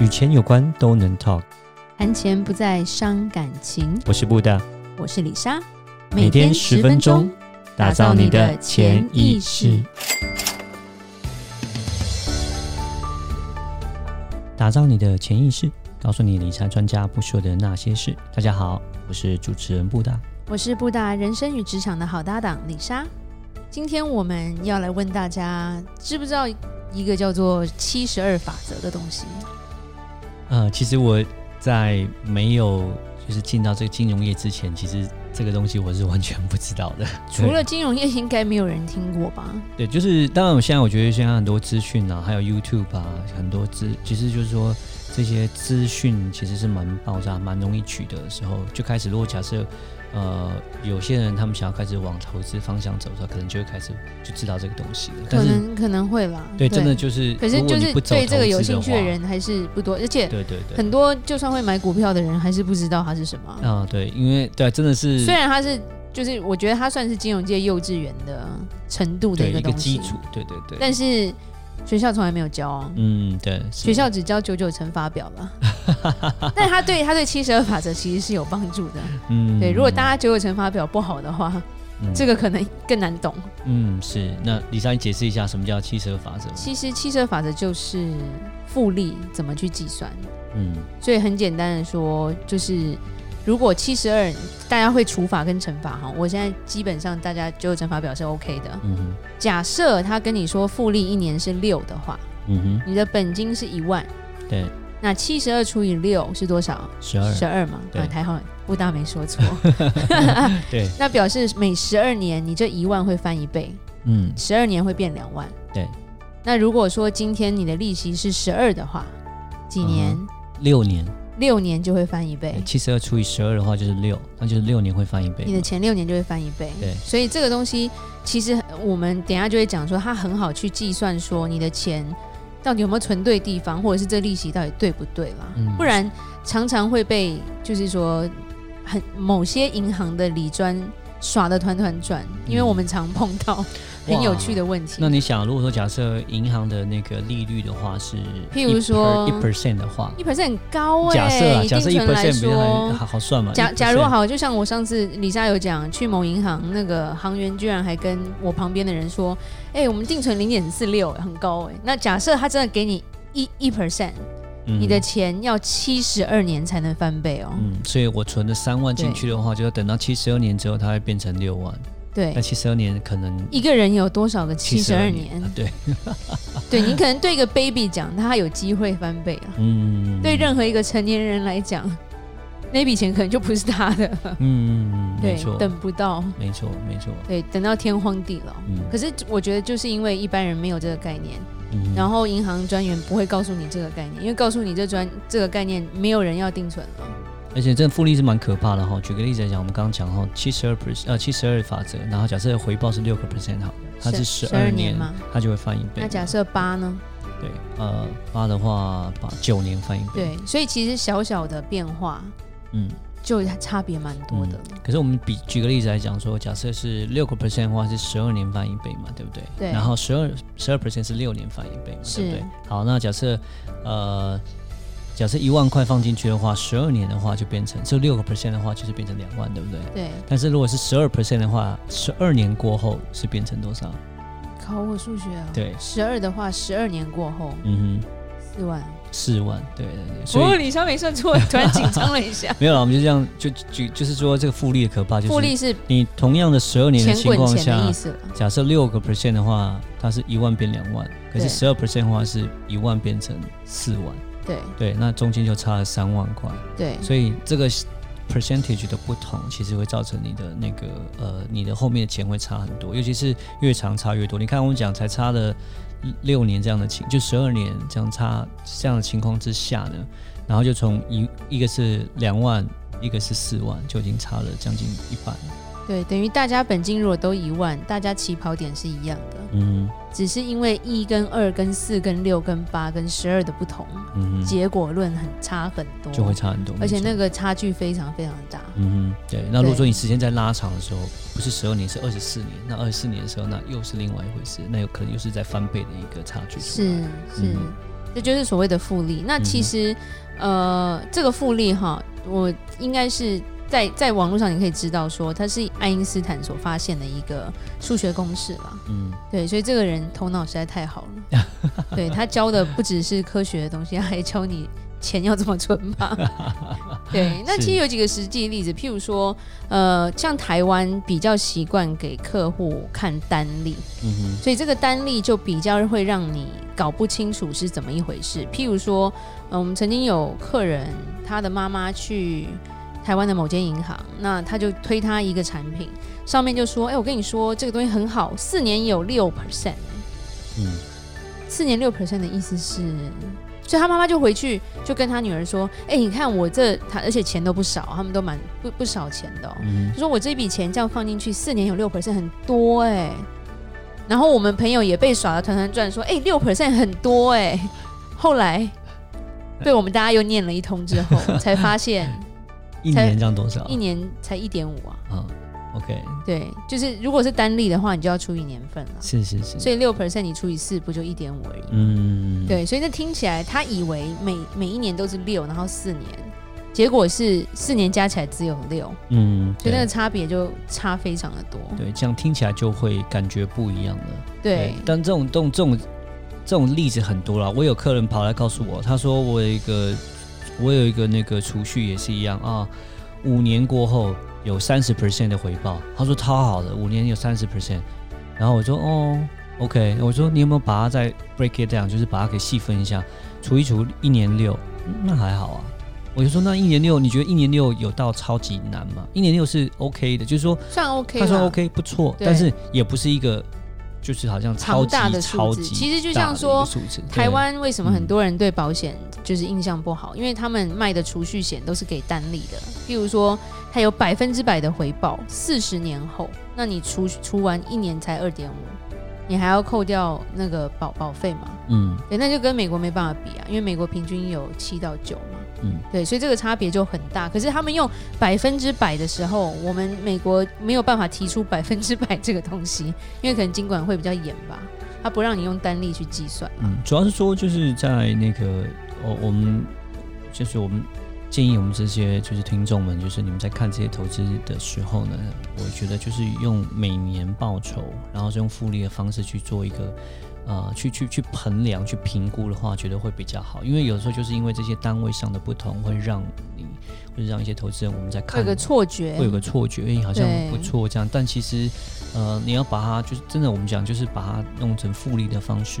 与钱有关都能 talk。谈钱不再伤感情。我是布大，我是李莎，每天十分钟，打造你的潜意识。打造你的潜意识，告诉你理财专家不说的那些事。大家好，我是主持人布大。我是布达人生与职场的好搭档李莎。今天我们要来问大家，知不知道一个叫做七十二法则的东西？呃，其实我在没有就是进到这个金融业之前，其实这个东西我是完全不知道的。除了金融业，应该没有人听过吧？对，就是当然，我现在我觉得现在很多资讯啊，还有 YouTube 啊，很多资，其实就是说这些资讯其实是蛮爆炸、蛮容易取得的时候，就开始如果假设呃有些人他们想要开始往投资方向走的时候，可能就会开始就知道这个东西了。但可是能可能会啦。对，真的就是可是如果就你是不走对这个投有资兴的趣的话人还是不多，而且对对对，很多就算会买股票的人，还是不知道它是什么。啊、对，因为对，真的是虽然它是，就是我觉得它算是金融界幼稚园的程度的对一个一个东西，基础，对对对。但是学校从来没有教啊。嗯，对，是学校只教九九乘法表了， 但他对他对七十二法则其实是有帮助的。嗯，对，如果大家九九乘法表不好的话，嗯这个可能更难懂。嗯是，那李莎，你解释一下什么叫七十二法则？其实七十二法则就是复利怎么去计算，嗯所以很简单的说，就是如果七十二，大家会除法跟乘法哈。我现在基本上大家九九乘法表是 OK 的。嗯哼假设他跟你说复利一年是六的话，嗯你的本金是一万，哼，对，那七十二除以六是多少？十二，十二嘛，对啊，还好不大 没说错。对，那表示每十二年你这一万会翻一倍，嗯十二年会变两万。对。那如果说今天你的利息是十二的话，几年？嗯六年，六年就会翻一倍。七十二除以十二的话就是六，那就是六年会翻一倍嘛。你的前六年就会翻一倍。对所以这个东西其实我们等一下就会讲说，它很好去计算说你的钱到底有没有存对地方，或者是这利息到底对不对啦。嗯不然常常会被就是说很某些银行的理专耍得团团转，因为我们常碰到很有趣的问题嗯那。你想，如果说假设银行的那个利率的话是，譬如说一 percent 的话，一 percent 很高哎、假设啊，以假定设一存来 percent 比较还说。好好算嘛。假1%假如，好，就像我上次李莎有讲，去某银行那个行员居然还跟我旁边的人说：“哎、我们定存零点四六，很高哎、那假设他真的给你一一 percent，嗯你的钱要七十二年才能翻倍哦、嗯，所以我存了三万进对去的话，就要等到七十二年之后，它会变成六万。那对，七十二年可能一个人有多少个七十二72年？啊对，对你可能对一个 baby 讲，他还有机会翻倍啊。嗯，对任何一个成年人来讲，那笔钱可能就不是他的了，嗯，嗯嗯没对错，，等不到，没错，没错，对，等到天荒地老。嗯可是我觉得，就是因为一般人没有这个概念。嗯，然后后银行专员不会告诉你这个概念，因为告诉你这专这个概念，没有人要定存了。而且这个复利是蛮可怕的哈。举个例子来讲，我们刚刚讲哈，七十二 percent 呃七十二法则，然后假设回报是六个 percent 好了，它是十十12二年年嘛，它就会翻一倍。那假设八呢？对呃八的话，八九年翻一倍。，对，所以其实小小的变化嗯。就差别蛮多的。可是我们比举个例子来讲说，假设是六个 percent 的话，是十二年翻一倍嘛，对不对？对然后十二十二 percent 是六年翻一倍嘛，对不对是？好，那假设呃，假设一万块放进去的话，十二年的话就变成这六个 percent 的话就是变成两万，对不对？对，但是如果是十二 percent 的话，十二年过后是变成多少？考我数学啊。对十二的话，十二年过后嗯四万。哼，四万，对对对，所哦，以。。李莎没算错，突然紧张了一下没有了，我们就这样，就就就是说这个复利的可怕， 就复是利是你同样的十二年的钱情滚况钱的下意，思了。假设六个 percent 的话，它是一万变两万，可是对十二 percent 的话是一万变成四万，对对，那中间就差了三万块，对，所以这个 percentage 的不同，其实会造成你的那个呃，你的后面的钱会差很多，尤其是越长差越多。你看我们讲才差了六年这样的情，就十二年这样差这样的情况之下呢，然后就从一一个是两万，一个是四万，就已经差了将近一半。对，等于大家本金如果都一万，大家起跑点是一样的，嗯只是因为一跟二跟四跟六跟八跟十二的不同，嗯哼，结果论很差很多，就会差嗯很多，而且没错那个差距非常非常大。嗯哼，对。那如果对说你时间在拉长的时候，不是十二年，是二十四年，那二十四年的时候，那又是另外一回事，那有可能又是在翻倍的一个差距出来。是是，嗯这就是所谓的复利。那其实，呃，这个复利哈，我应该是在在网络上你可以知道说，它是爱因斯坦所发现的一个数学公式啦。嗯，对，所以这个人头脑实在太好了。 对他教的不只是科学的东西，他还教你钱要怎么存吧。对，那其实有几个实际例子，譬如说，呃，像台湾比较习惯给客户看单例，嗯哼，所以这个单例就比较会让你搞不清楚是怎么一回事。譬如说，呃，我们曾经有客人，他的妈妈去台湾的某间银行，那他就推他一个产品，上面就说：“哎、我跟你说，这个东西很好，四年有六 percent。”嗯，四年六 percent 的意思是，所以他妈妈就回去就跟他女儿说：“哎、你看我这他，而且钱都不少，他们都蛮不不少钱的、哦。嗯就说我这笔钱这样放进去，四年有六 percent 很多哎、然后我们朋友也被耍的团团转，说：“哎、六 percent 很多哎、后来被我们大家又念了一通之后，才发现一年这样多少？一年才一点五啊。啊，OK，对，就是如果是单利的话，你就要除以年份了。是是是，所以六 percent 你除以四，不就一点五而已吗？嗯，，对，所以那听起来他以为每每一年都是六，然后四年，结果是四年加起来只有六，嗯，所以那对个差别就差非常的多。对，这样听起来就会感觉不一样了。对，但这种这种这种这种例子很多啦。我有客人跑来告诉我，他说我有一个我有一个那个储蓄也是一样啊，五年过后有三十 percent 的回报，他说超好的，五年有三十 percent。然后我说哦，OK，我说你有没有把它再 break it down，就是把它给细分一下，除一除一年六，嗯那还好啊。我就说那一年六，你觉得一年六有到超级难吗？一年六是 OK 的，就是说算 OK 他啦。说 OK 不错，对但是也不是一个就是好像超庞级大的数超字，级其实就大像的一说个数字台对湾为什么很嗯多人对保险就是印象不好，因为他们卖的储蓄险都是给单利的，譬如说它有百分之百的回报，四十年后，那你除除完一年才二点五，你还要扣掉那个保保费嘛？嗯对，那就跟美国没办法比啊，因为美国平均有七到九嘛，嗯对，所以这个差别就很大。可是他们用百分之百的时候，我们美国没有办法提出百分之百这个东西，因为可能经管会比较严吧，他不让你用单利去计算。嗯，主要是说就是在那个哦，我们就是我们建议我们这些就是听众们，就是你们在看这些投资的时候呢，我觉得就是用每年报酬，然后是用复利的方式去做一个。呃，去去去衡量、去评估的话，觉得会比较好，因为有时候就是因为这些单位上的不同，会让你，会让一些投资人我们在会看有个错觉会，有个错觉，哎、好像对不错这样，但其实，呃，你要把它就是真的，我们讲就是把它弄成复利的方式，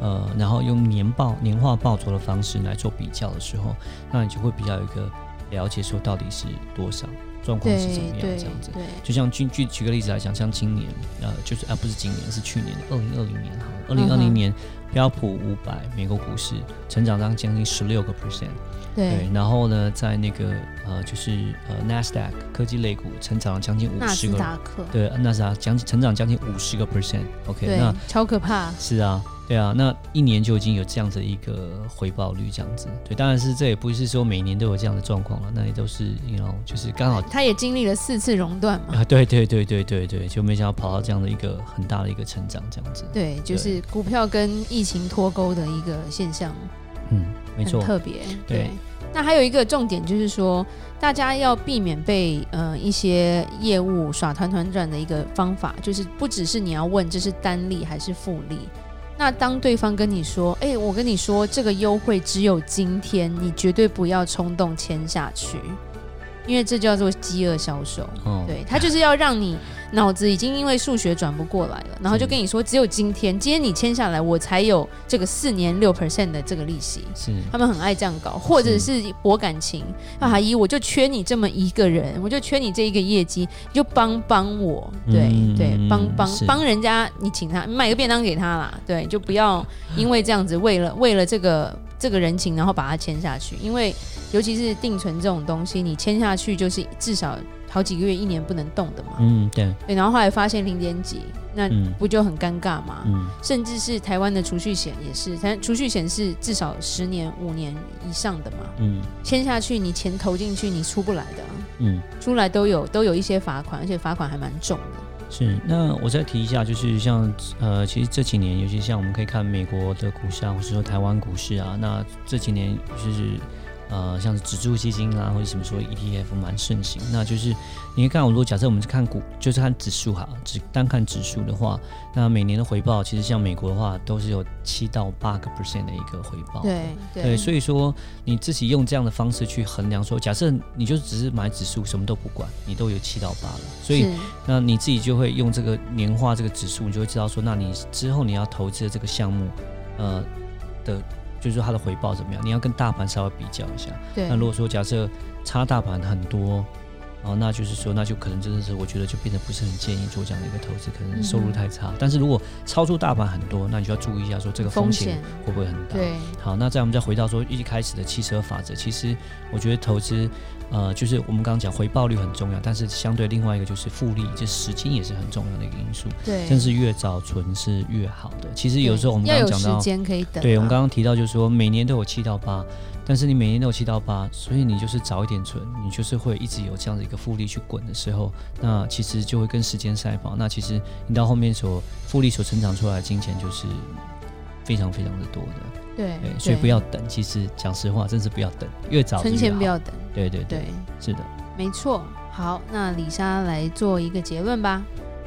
呃，然后用年报、年化报酬的方式来做比较的时候，那你就会比较有一个了解说到底是多少，状况对是怎么样对这样子。对，就像举举举个例子来讲，像今年，呃，就是啊，不是今年，是去年二零二零年，好，二零二嗯零哼年标普五百美国股市成长到将近十六个 percent。对对，，然后呢，在那个呃，就是呃 NASDAQ 科技类股成长了将近五纳十斯个，达克，对，呃纳斯达将近成长将近五十个 percent。OK，对那，超可怕。是啊，对啊，那一年就已经有这样子一个回报率，这样子。对，当然是这也不是说每年都有这样的状况了，那也都是然后就是刚好。他也经历了四次熔断嘛，啊，对 对对对对对，就没想到跑到这样的一个很大的一个成长，这样子。对，就是股票跟疫情脱钩的一个现象。嗯，没很错。特别。对对，那还有一个重点就是说，大家要避免被呃一些业务耍团团转的一个方法，就是不只是你要问这是单利还是复利。那当对方跟你说：“哎、我跟你说，这个优惠只有今天，你绝对不要冲动签下去，因为这叫做饥饿销售。”哦，对他就是要让你脑子已经因为数学转不过来了，然后就嗯跟你说，只有今天，今天你签下来，我才有这个四年六 percent 的这个利息。是，他们很爱这样搞，或者是嗯博感情。啊，阿姨，我就缺你这么一个人，我就缺你这一个业绩，你就帮帮我，对、嗯对，帮帮是帮人家，你请他买个便当给他啦，对，就不要因为这 样子，为了为了这个这个人情，然后把它签下去，因为尤其是定存这种东西，你签下去就是至少好几个月、一年不能动的嘛。嗯，对，对，然后后来发现零点几，那嗯不就很尴尬嘛？嗯，甚至是台湾的储蓄险也是，但储蓄险是至少十年、五年以上的嘛，嗯，签下去你钱投进去你出不来的啊、嗯，出来都有都有一些罚款，而且罚款还蛮重的。是，那我再提一下，就是像呃，其实这几年，尤其像我们可以看美国的股市啊，或是说台湾股市啊，那这几年就是呃，像是指数基金啊，或者什么说 ETF 蛮盛行。那就是你可以看，我如果假设我们是看股，就是看指数哈，只单看指数的话，那每年的回报，其实像美国的话，都是有七到八个 percent 的一个回报。对对，所以说你自己用这样的方式去衡量说，假设你就只是买指数，什么都不管，你都有七到八了，所以是那你自己就会用这个年化这个指数，你就会知道说，那你之后你要投资的这个项目，呃的，就是说它的回报怎么样，你要跟大盘稍微比较一下。对那如果说假设差大盘很多，哦，那就是说，那就可能真的是我觉得就变得不是很建议做这样的一个投资，可能收入太差。但是如果超出大盘很多，那你就要注意一下说这个风险会不会很大。对好，那再我们再回到说一开始的汽车法则，其实我觉得投资，呃，就是我们刚刚讲回报率很重要，但是相对另外一个就是复利，就是时间也是很重要的一个因素，对，但是越早存是越好的。其实有时候我们刚要刚有讲时到，间可以等，啊对我们刚刚提到就是说每年都有七到八，但是你每年都有七到八，所以你就是早一点存，你就是会一直有这样的一个复利去滚的时候，那其实就会跟时间赛跑。那其实你到后面所复利所成长出来的金钱就是非常非常的多的。对对，所以不要等。其实讲实话，真是不要等，越早存是越钱好不。要等，对对对，对，是的，没错。好，那李莎来做一个结论吧。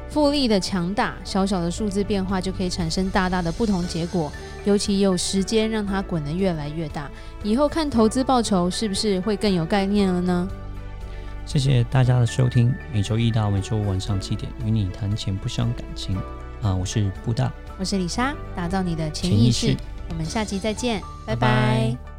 复利的强大，小小的数字变化就可以产生大大的不同结果，尤其有时间让它滚得越来越大，以后看投资报酬是不是会更有概念了呢？谢谢大家的收听。每周一到每周五晚上七点，与你谈钱不伤感情。啊，我是布大，我是李莎，打造你的潜潜意意识识，我们下期再见，拜拜拜拜